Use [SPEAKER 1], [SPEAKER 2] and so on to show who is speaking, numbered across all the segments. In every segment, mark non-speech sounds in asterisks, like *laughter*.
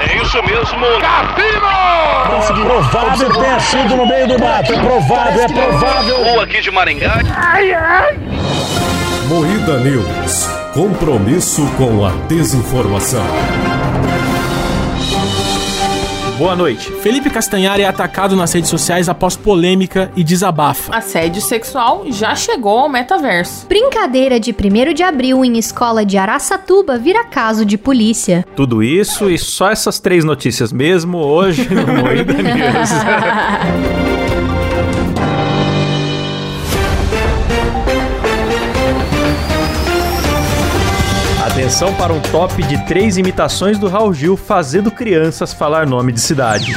[SPEAKER 1] É isso mesmo, Capino!
[SPEAKER 2] Conseguiu. Provável ter sido no meio do mato. É provável, é provável.
[SPEAKER 1] Ou aqui de Maringá.
[SPEAKER 3] Moída News. Compromisso com a desinformação.
[SPEAKER 4] Boa noite. Felipe Castanhar é atacado nas redes sociais após polêmica e desabafa.
[SPEAKER 5] Assédio sexual já chegou ao metaverso.
[SPEAKER 6] Brincadeira de 1 de abril em escola de Araçatuba vira caso de polícia.
[SPEAKER 7] Tudo isso e só essas três notícias mesmo hoje no Moída News. Atenção para um top de três imitações do Raul Gil fazendo crianças falar nome de cidade.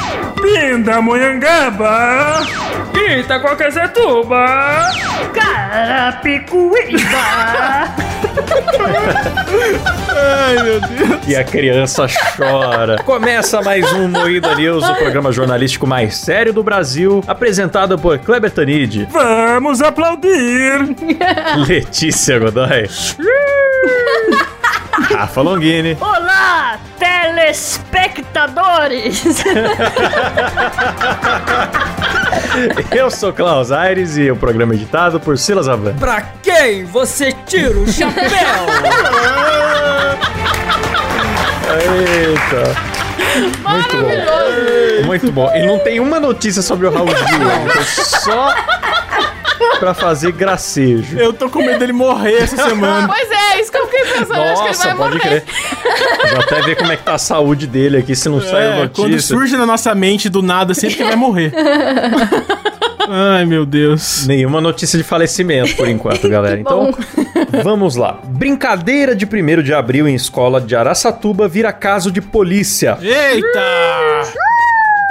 [SPEAKER 7] E a criança chora. Começa mais um Moída News, o programa jornalístico mais sério do Brasil, apresentado por Kleber Tanid. Vamos aplaudir! *laughs* Letícia *laughs* Godoy. Rafa Longini.
[SPEAKER 8] Olá, telespectadores!
[SPEAKER 7] Eu sou Klaus Aires e o programa é editado por Silas Avan.
[SPEAKER 8] pra quem você tira o chapéu?
[SPEAKER 7] Eita, muito bom.
[SPEAKER 5] Maravilhoso.
[SPEAKER 7] Muito bom. E não tem uma notícia sobre o Raul Gil, né? Foi só pra fazer gracejo.
[SPEAKER 4] Eu tô com medo dele morrer essa semana.
[SPEAKER 5] Pois é, isso que eu fiquei pensando. acho que ele vai
[SPEAKER 7] Nossa, pode
[SPEAKER 5] morrer.
[SPEAKER 7] crer. Vou até ver como é que tá a saúde dele aqui, se não *laughs* saiu
[SPEAKER 4] É, quando
[SPEAKER 7] notícia.
[SPEAKER 4] surge na nossa mente do nada, sempre que vai
[SPEAKER 7] *laughs*
[SPEAKER 4] morrer. Ai, meu Deus.
[SPEAKER 7] Nenhuma notícia de falecimento por
[SPEAKER 5] *laughs*
[SPEAKER 7] enquanto, galera. Então, vamos lá. Brincadeira de 1 de abril em escola de Araçatuba vira caso de polícia.
[SPEAKER 4] Eita!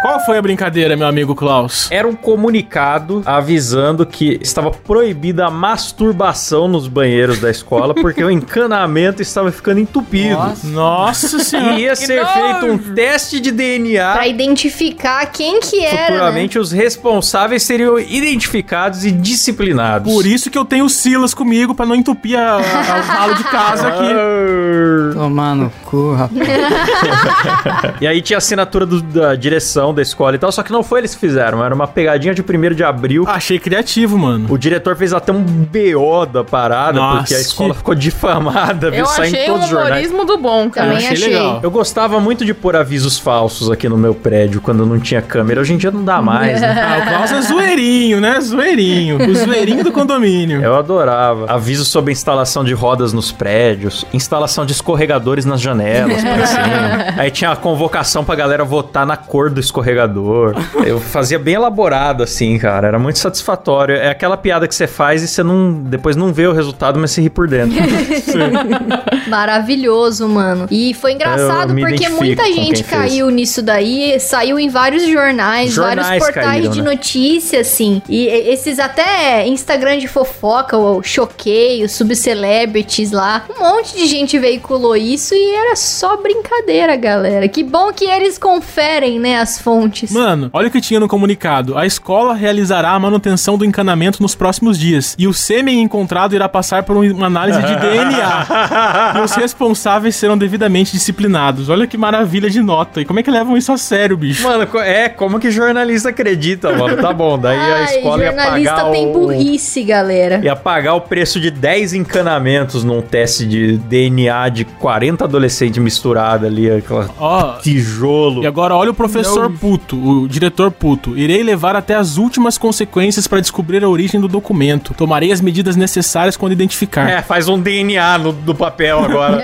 [SPEAKER 4] Qual foi a brincadeira, meu amigo Klaus?
[SPEAKER 7] Era um comunicado avisando que estava proibida a masturbação nos banheiros da escola porque o encanamento estava ficando entupido.
[SPEAKER 4] Nossa
[SPEAKER 7] E
[SPEAKER 4] senhora.
[SPEAKER 7] ia ser feito um teste de
[SPEAKER 6] Pra
[SPEAKER 7] DNA.
[SPEAKER 6] identificar quem que era. né?
[SPEAKER 7] Ah. Futuramente, os responsáveis seriam identificados e disciplinados.
[SPEAKER 4] Por isso que eu tenho o Silas comigo pra não entupir a, a- o ralo de
[SPEAKER 7] *laughs*
[SPEAKER 4] casa aqui.
[SPEAKER 9] Tomar no cu, rapaz.
[SPEAKER 7] E aí tinha assinatura do- da direção da escola e tal, só que não foi eles que fizeram, era uma pegadinha de 1 de abril.
[SPEAKER 4] Achei criativo, mano.
[SPEAKER 7] O diretor fez até um BO da parada,
[SPEAKER 4] Nossa,
[SPEAKER 7] porque a escola
[SPEAKER 4] que-
[SPEAKER 7] ficou difamada, viu?
[SPEAKER 5] Eu
[SPEAKER 7] Saiu em
[SPEAKER 5] achei um
[SPEAKER 7] todos os jornais.
[SPEAKER 5] humorismo do bom, cara.
[SPEAKER 6] Também achei.
[SPEAKER 7] Eu gostava muito de pôr avisos falsos aqui no meu prédio quando não tinha câmera. Hoje em dia não dá mais, né?
[SPEAKER 5] *laughs*
[SPEAKER 4] Ah, o Klaus é zoeirinho, né? Zoeirinho. O zoeirinho do condomínio.
[SPEAKER 7] Eu adorava. Avisos sobre instalação de rodas nos prédios, instalação de escorregadores nas janelas,
[SPEAKER 5] *laughs*
[SPEAKER 7] pra cima. Aí tinha a convocação pra galera votar na cor do escorregador. Eu fazia bem elaborado, assim, cara. Era muito satisfatório. É aquela piada que você faz e você não, depois não vê o resultado, mas você ri por dentro.
[SPEAKER 5] *laughs*
[SPEAKER 6] Maravilhoso, mano. E foi engraçado
[SPEAKER 7] Eu me
[SPEAKER 6] porque
[SPEAKER 7] identifico
[SPEAKER 6] muita
[SPEAKER 7] com
[SPEAKER 6] gente
[SPEAKER 7] quem fez.
[SPEAKER 6] caiu nisso daí, saiu em vários jornais,
[SPEAKER 7] Jornais
[SPEAKER 6] vários portais
[SPEAKER 7] caíram,
[SPEAKER 6] de
[SPEAKER 7] né?
[SPEAKER 6] notícia, assim. E e- esses até Instagram de fofoca, o choqueio, subcelebrities lá. Um monte de gente veiculou isso e era só brincadeira, galera. Que bom que eles conferem, né, as fontes.
[SPEAKER 4] Mano, olha o que tinha no comunicado. A escola realizará a manutenção do encanamento nos próximos dias. E o sêmen encontrado irá passar por um- uma análise de DNA. e os responsáveis serão devidamente disciplinados. Olha que maravilha de nota. E como é que levam isso a sério,
[SPEAKER 7] *laughs*
[SPEAKER 4] bicho?
[SPEAKER 7] Mano, co- é, como que jornalista acredita, mano? Tá bom, daí a
[SPEAKER 6] Ai,
[SPEAKER 7] escola ia pagar
[SPEAKER 6] jornalista tem
[SPEAKER 7] o-
[SPEAKER 6] burrice, galera.
[SPEAKER 7] Ia pagar o preço de 10 encanamentos num teste de DNA de 40 adolescentes misturado ali, aquela
[SPEAKER 4] Ó.
[SPEAKER 7] tijolo.
[SPEAKER 4] E agora olha o professor puto, o diretor puto. Irei levar até as últimas consequências para descobrir a origem do documento. Tomarei as medidas necessárias quando identificar.
[SPEAKER 7] É, faz um DNA no, do papel
[SPEAKER 6] *laughs*
[SPEAKER 7] agora.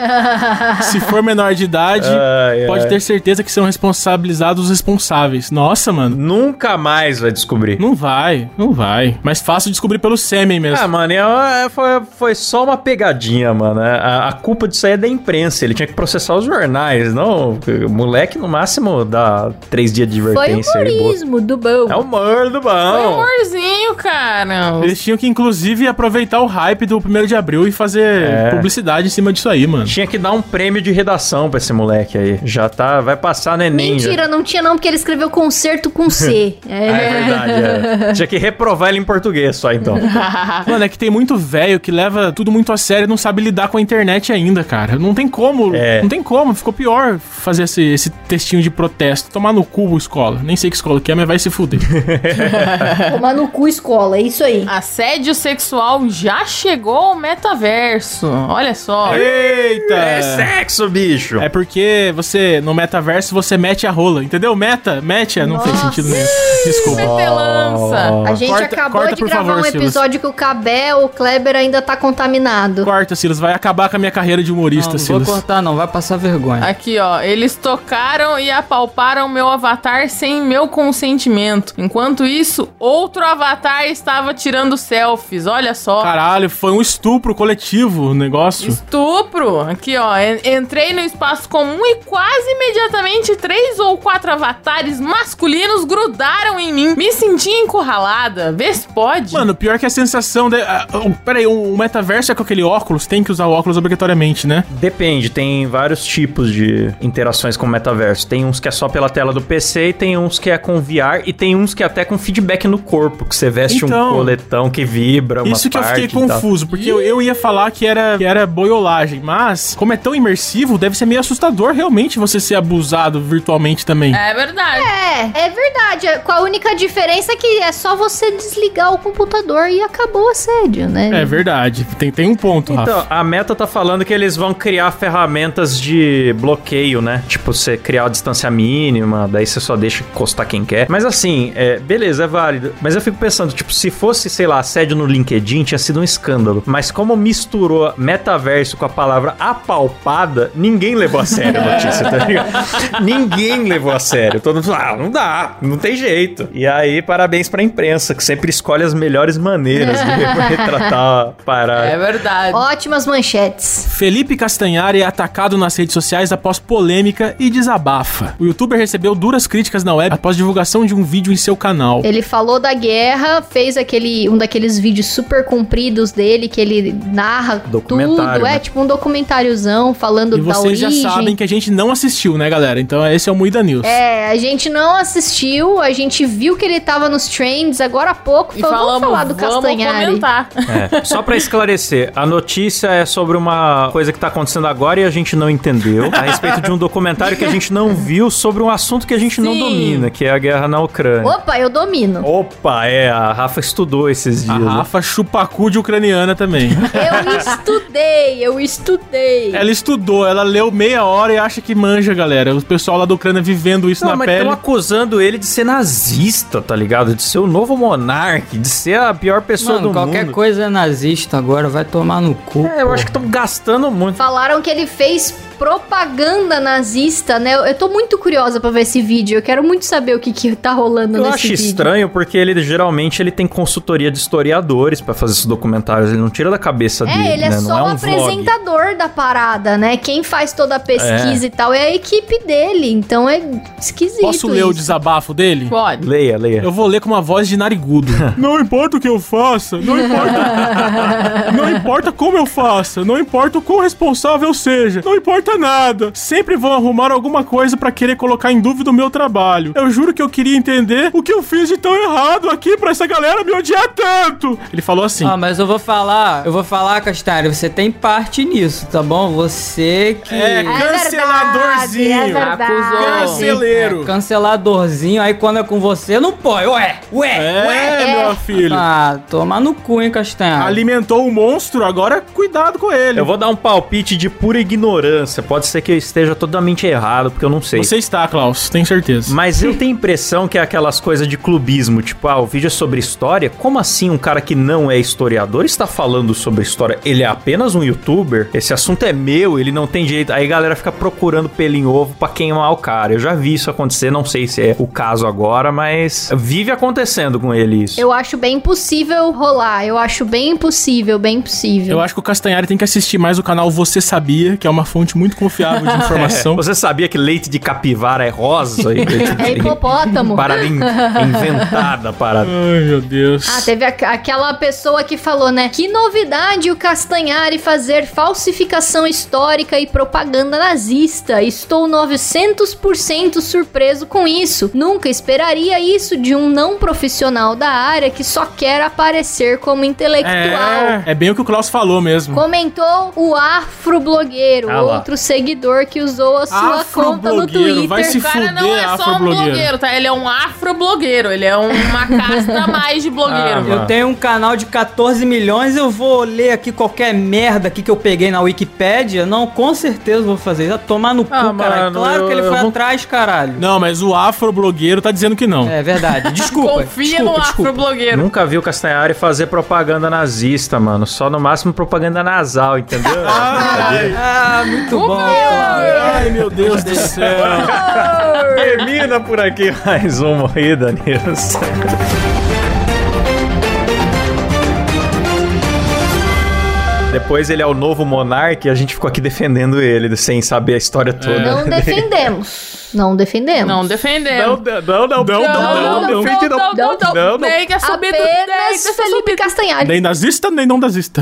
[SPEAKER 4] Se for menor de idade,
[SPEAKER 7] Ai,
[SPEAKER 4] pode
[SPEAKER 7] ai.
[SPEAKER 4] ter certeza que serão responsabilizados os responsáveis. Nossa, mano.
[SPEAKER 7] Nunca mais vai descobrir.
[SPEAKER 4] Não vai, não vai. Mas fácil descobrir pelo sêmen mesmo.
[SPEAKER 7] Ah, mano, é- é- foi, foi só uma pegadinha, mano. A, a culpa disso é aí é da imprensa. Ele tinha que processar os jornais, não? O moleque, no máximo, dá três de
[SPEAKER 6] Foi o
[SPEAKER 7] advertência aí, boa.
[SPEAKER 6] humorismo do Bão.
[SPEAKER 7] É o humor do
[SPEAKER 5] Foi
[SPEAKER 7] bom.
[SPEAKER 5] amorzinho, cara.
[SPEAKER 4] Eles tinham que, inclusive, aproveitar o hype do 1 de abril e fazer
[SPEAKER 7] É.
[SPEAKER 4] publicidade em cima disso aí, mano.
[SPEAKER 7] Tinha que dar um prêmio de redação pra esse moleque aí. Já tá, vai passar no Enem. já.
[SPEAKER 6] Mentira, não tinha não, porque ele escreveu concerto com C.
[SPEAKER 7] Ah,
[SPEAKER 6] É.
[SPEAKER 7] é verdade.
[SPEAKER 6] *laughs*
[SPEAKER 7] é. Tinha que reprovar ele em português só então.
[SPEAKER 4] Mano, é que tem muito velho que leva tudo muito a sério e não sabe lidar com a internet ainda, cara. Não tem como,
[SPEAKER 7] É.
[SPEAKER 4] não tem como. Ficou pior fazer esse, esse textinho de protesto. Tomar no cu escola. Nem sei que escola que é, mas vai se fuder.
[SPEAKER 6] Tomar no cu escola, é isso
[SPEAKER 5] Ah,
[SPEAKER 6] aí.
[SPEAKER 5] Assédio sexual já chegou ao metaverso. Olha só.
[SPEAKER 4] *laughs* Eita!
[SPEAKER 7] É sexo, bicho.
[SPEAKER 4] É porque você, no metaverso, você mete a rola, entendeu? Meta, mete, É, não fez sentido nenhum. Desculpa.
[SPEAKER 5] Metelança.
[SPEAKER 6] A gente
[SPEAKER 4] Corta-
[SPEAKER 6] acabou
[SPEAKER 4] corta,
[SPEAKER 6] de
[SPEAKER 4] por
[SPEAKER 6] gravar
[SPEAKER 4] favor,
[SPEAKER 6] um
[SPEAKER 4] Silas.
[SPEAKER 6] episódio que o Cabel, o Kleber ainda tá contaminado.
[SPEAKER 4] Corta, Silas, vai acabar com a minha carreira de
[SPEAKER 9] Não,
[SPEAKER 4] humorista,
[SPEAKER 9] não vou
[SPEAKER 4] Silas.
[SPEAKER 9] cortar, não. Vai passar vergonha.
[SPEAKER 5] Aqui, ó. Eles tocaram e apalparam meu avatar sem meu consentimento. Enquanto isso, outro avatar estava tirando selfies. Olha só.
[SPEAKER 4] Caralho, foi um estupro coletivo o negócio.
[SPEAKER 5] Estupro! Aqui, ó. en- Entrei no espaço comum e quase imediatamente três ou quatro avatares masculinos grudaram em mim. Me senti encurralada. Vê se pode.
[SPEAKER 4] Mano, pior que a sensação. De... ah, oh, peraí, o o metaverso é com aquele óculos? Tem que usar o óculos obrigatoriamente, né?
[SPEAKER 7] Depende, tem vários tipos de interações com o metaverso. Tem uns que é só pela tela do PC, e tem uns que é com VR e tem uns que é até com feedback no corpo, que você veste
[SPEAKER 4] Então,
[SPEAKER 7] um coletão que vibra, É uma
[SPEAKER 4] Isso que eu
[SPEAKER 7] parte
[SPEAKER 4] fiquei
[SPEAKER 7] e tal.
[SPEAKER 4] confuso, porque eu, eu ia falar que era, que era boiolagem, mas como é tão imersivo, deve ser meio assustador realmente você ser abusado virtualmente também.
[SPEAKER 5] É verdade.
[SPEAKER 6] É, é verdade. é- Com a única diferença é que é só você desligar o computador e acabou o assédio, né?
[SPEAKER 4] É verdade, tem, tem um ponto,
[SPEAKER 7] Então,
[SPEAKER 4] Rafa.
[SPEAKER 7] a Meta tá falando que eles vão criar ferramentas de bloqueio, né? Tipo, você criar a distância mínima, daí você só deixa encostar quem quer. Mas assim, é, beleza, é válido. Mas eu fico pensando, tipo, se fosse, sei lá, assédio no LinkedIn, tinha sido um escândalo. Mas como misturou metaverso com a palavra apalpada, ninguém levou a sério a notícia, tá ligado? ninguém levou a sério. Todo mundo falou, ah, não dá, não tem jeito. E aí, parabéns pra imprensa, que sempre escolhe as melhores maneiras de *laughs* retratar a parada.
[SPEAKER 5] É verdade.
[SPEAKER 6] Ótimas manchetes.
[SPEAKER 4] Felipe Castanhari é atacado nas redes sociais após polêmica e desabafa. O youtuber recebeu duras críticas na web após divulgação de um vídeo em seu canal.
[SPEAKER 6] Ele falou da guerra, fez aquele um daqueles vídeos super compridos dele que ele narra
[SPEAKER 7] Documentário,
[SPEAKER 6] tudo, é
[SPEAKER 7] né?
[SPEAKER 6] tipo um documentáriozão falando
[SPEAKER 4] E
[SPEAKER 6] da
[SPEAKER 4] vocês
[SPEAKER 6] origem.
[SPEAKER 4] já sabem que a gente não assistiu, né, galera? Então esse é o Muida News.
[SPEAKER 6] É, a gente não assistiu, a gente viu que ele tava nos trends agora há pouco,
[SPEAKER 5] E
[SPEAKER 6] falou,
[SPEAKER 5] falamos,
[SPEAKER 6] vamos falar do
[SPEAKER 5] vamos
[SPEAKER 6] Castanhari.
[SPEAKER 5] comentar.
[SPEAKER 7] É, só pra esclarecer, a notícia é sobre uma coisa que tá acontecendo agora e a gente não entendeu, a respeito de um documentário que a gente não viu sobre um assunto que a gente não
[SPEAKER 5] Sim.
[SPEAKER 7] domina, que é a guerra na Ucrânia.
[SPEAKER 6] Opa, eu domino.
[SPEAKER 7] Opa, é, a Rafa estudou esses
[SPEAKER 4] A
[SPEAKER 7] dias. né?
[SPEAKER 4] Rafa chupacu de ucraniana
[SPEAKER 6] *laughs*
[SPEAKER 4] também.
[SPEAKER 6] Eu estudei, eu estudei.
[SPEAKER 4] Ela estudou, ela leu meia hora e acha que manja, galera. O pessoal lá da Ucrânia vivendo isso
[SPEAKER 7] Não,
[SPEAKER 4] na
[SPEAKER 7] mas
[SPEAKER 4] pele.
[SPEAKER 7] estão acusando ele de ser nazista, tá ligado? De ser o novo monarca, de ser a pior pessoa
[SPEAKER 9] Mano,
[SPEAKER 7] do
[SPEAKER 9] qualquer
[SPEAKER 7] mundo.
[SPEAKER 9] coisa é nazista agora. Vai tomar no cu.
[SPEAKER 7] É, eu acho que estão gastando muito.
[SPEAKER 6] Falaram que ele fez propaganda nazista, né? Eu, eu tô muito curiosa pra ver esse vídeo. Eu quero muito saber o que, que tá rolando
[SPEAKER 7] Eu
[SPEAKER 6] nesse
[SPEAKER 7] acho
[SPEAKER 6] vídeo.
[SPEAKER 7] estranho porque ele geralmente ele tem consultoria de historiadores pra fazer esses documentários, ele não tira da cabeça dele,
[SPEAKER 6] É, ele é
[SPEAKER 7] né?
[SPEAKER 6] só
[SPEAKER 7] não
[SPEAKER 6] o
[SPEAKER 7] é um vlog.
[SPEAKER 6] apresentador da parada, né? Quem faz toda a pesquisa e tal é a equipe dele. Então é esquisito.
[SPEAKER 4] Posso ler o
[SPEAKER 6] isso.
[SPEAKER 4] desabafo dele?
[SPEAKER 5] Pode.
[SPEAKER 7] Leia, leia.
[SPEAKER 4] Eu vou ler com uma voz de narigudo. *laughs* não importa o que eu faça, não importa. não importa como eu faça, não importa o quão responsável eu seja, não importa nada. Sempre vão arrumar alguma coisa pra querer colocar em dúvida o meu trabalho. Eu juro que eu queria entender o que eu fiz de tão errado aqui pra essa galera me odiar tanto. Ele falou assim:
[SPEAKER 9] Ah, mas eu vou falar, eu vou falar, Castanho, você tem parte nisso, tá bom? Você que
[SPEAKER 4] É, canceladorzinho.
[SPEAKER 6] É verdade, é
[SPEAKER 5] Acusou.
[SPEAKER 6] verdade.
[SPEAKER 4] Canceleiro.
[SPEAKER 9] é canceladorzinho, aí quando é com você, não pode. Ué, ué,
[SPEAKER 4] É, meu filho.
[SPEAKER 9] Ah, tomar no cu, hein, Castanho.
[SPEAKER 4] Alimentou o monstro, agora cuidado com ele.
[SPEAKER 7] Eu vou dar um palpite de pura ignorância. Pode ser que eu esteja totalmente errado, porque eu não sei.
[SPEAKER 4] Você está, Klaus, tenho certeza.
[SPEAKER 7] Mas eu tenho a impressão que é aquelas coisas de clubismo, tipo, ah, o vídeo é sobre história. Como assim um cara que não é historiador está falando sobre história? Ele é apenas um youtuber? Esse assunto é meu, ele não tem direito. Aí a galera fica procurando pelo em ovo pra queimar o cara. Eu já vi isso acontecer, não sei se é o caso agora, mas vive acontecendo com ele isso.
[SPEAKER 6] Eu acho bem possível rolar. Eu acho bem possível, bem possível.
[SPEAKER 7] Hum.
[SPEAKER 4] Eu acho que o Castanhari tem que assistir mais o canal Você Sabia, que é uma fonte muito muito
[SPEAKER 7] *laughs*
[SPEAKER 4] confiável de informação.
[SPEAKER 7] É, Você sabia que leite de capivara é rosa?
[SPEAKER 4] *laughs*
[SPEAKER 7] E, tipo, *laughs*
[SPEAKER 6] É hipopótamo.
[SPEAKER 7] Parada in- inventada, parada.
[SPEAKER 4] Ai, meu Deus.
[SPEAKER 6] Ah, teve a- aquela pessoa que falou, né? Que novidade o Castanhari fazer falsificação histórica e propaganda nazista. Estou 900% surpreso com isso. Nunca esperaria isso de um não profissional da área que só quer aparecer como intelectual.
[SPEAKER 4] É, é bem o que o Klaus falou mesmo.
[SPEAKER 6] Comentou o afroblogueiro,
[SPEAKER 7] Ah lá.
[SPEAKER 6] outro seguidor que usou a sua conta no
[SPEAKER 4] Afroblogueiro,
[SPEAKER 6] Twitter.
[SPEAKER 4] vai se
[SPEAKER 5] O cara não
[SPEAKER 4] fuder,
[SPEAKER 5] é só um
[SPEAKER 4] afroblogueiro.
[SPEAKER 5] blogueiro, tá? Ele é um afroblogueiro. Ele é uma casta a mais de
[SPEAKER 7] Ah,
[SPEAKER 5] blogueiro.
[SPEAKER 7] mano.
[SPEAKER 9] Eu tenho um canal de 14 milhões, eu vou ler aqui qualquer merda aqui que eu peguei na Wikipédia. Não, com certeza vou fazer. isso. Ah, tomar no cu,
[SPEAKER 7] Ah,
[SPEAKER 9] caralho.
[SPEAKER 7] mano,
[SPEAKER 9] Claro que ele
[SPEAKER 7] eu- eu
[SPEAKER 9] foi
[SPEAKER 7] vou-
[SPEAKER 9] atrás, caralho.
[SPEAKER 4] Não, mas o afroblogueiro tá dizendo que não.
[SPEAKER 9] É verdade. Desculpa.
[SPEAKER 5] Confia
[SPEAKER 9] desculpa,
[SPEAKER 5] no
[SPEAKER 9] desculpa.
[SPEAKER 5] afroblogueiro.
[SPEAKER 7] Nunca vi o Castanhari fazer propaganda nazista, mano. Só no máximo propaganda nasal, *laughs* entendeu?
[SPEAKER 9] Ah, muito bom. cara.
[SPEAKER 4] Ai, meu Deus do céu.
[SPEAKER 7] Termina por aqui *laughs* mais um Morrida News. Depois ele é o novo monarca e a gente ficou aqui defendendo ele, sem saber a história toda.
[SPEAKER 6] É. Não defendemos. Não defendemos.
[SPEAKER 5] Não defendemos.
[SPEAKER 7] não, não, não,
[SPEAKER 6] não, não,
[SPEAKER 5] não, não,
[SPEAKER 7] não, não, não.
[SPEAKER 5] Tem que subir é do tem,
[SPEAKER 6] Apenas
[SPEAKER 5] que
[SPEAKER 6] Felipe
[SPEAKER 5] subir do-
[SPEAKER 6] Castanhari.
[SPEAKER 4] Nem nazista, nem não nazista.